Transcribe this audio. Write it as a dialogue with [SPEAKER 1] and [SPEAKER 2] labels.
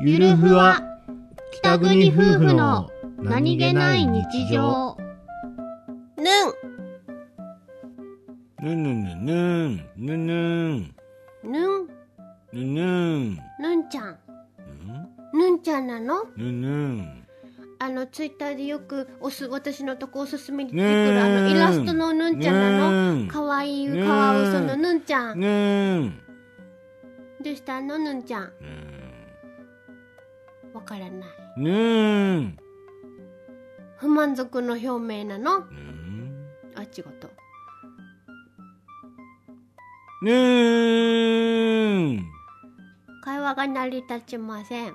[SPEAKER 1] ゆるふわ北国夫婦の
[SPEAKER 2] ぬん
[SPEAKER 1] ぬんぬんぬんぬんぬんぬ
[SPEAKER 2] ぬん
[SPEAKER 1] んぬん
[SPEAKER 2] ぬんちゃんぬんちゃんなの
[SPEAKER 1] ぬんぬん
[SPEAKER 2] あのツイッターでよくおす私のとこおすすめに出てくるあのイラストのぬんちゃんな
[SPEAKER 1] ぬん
[SPEAKER 2] のかわいい
[SPEAKER 1] ぬん
[SPEAKER 2] カワウソのぬんちゃん
[SPEAKER 1] ぬん
[SPEAKER 2] どうしたのぬんちゃん
[SPEAKER 1] ぬ
[SPEAKER 2] わからない
[SPEAKER 1] んぬん
[SPEAKER 2] 不満足の表明なの
[SPEAKER 1] ぬん
[SPEAKER 2] あ違った
[SPEAKER 1] ぬん
[SPEAKER 2] 会話が成り立ちません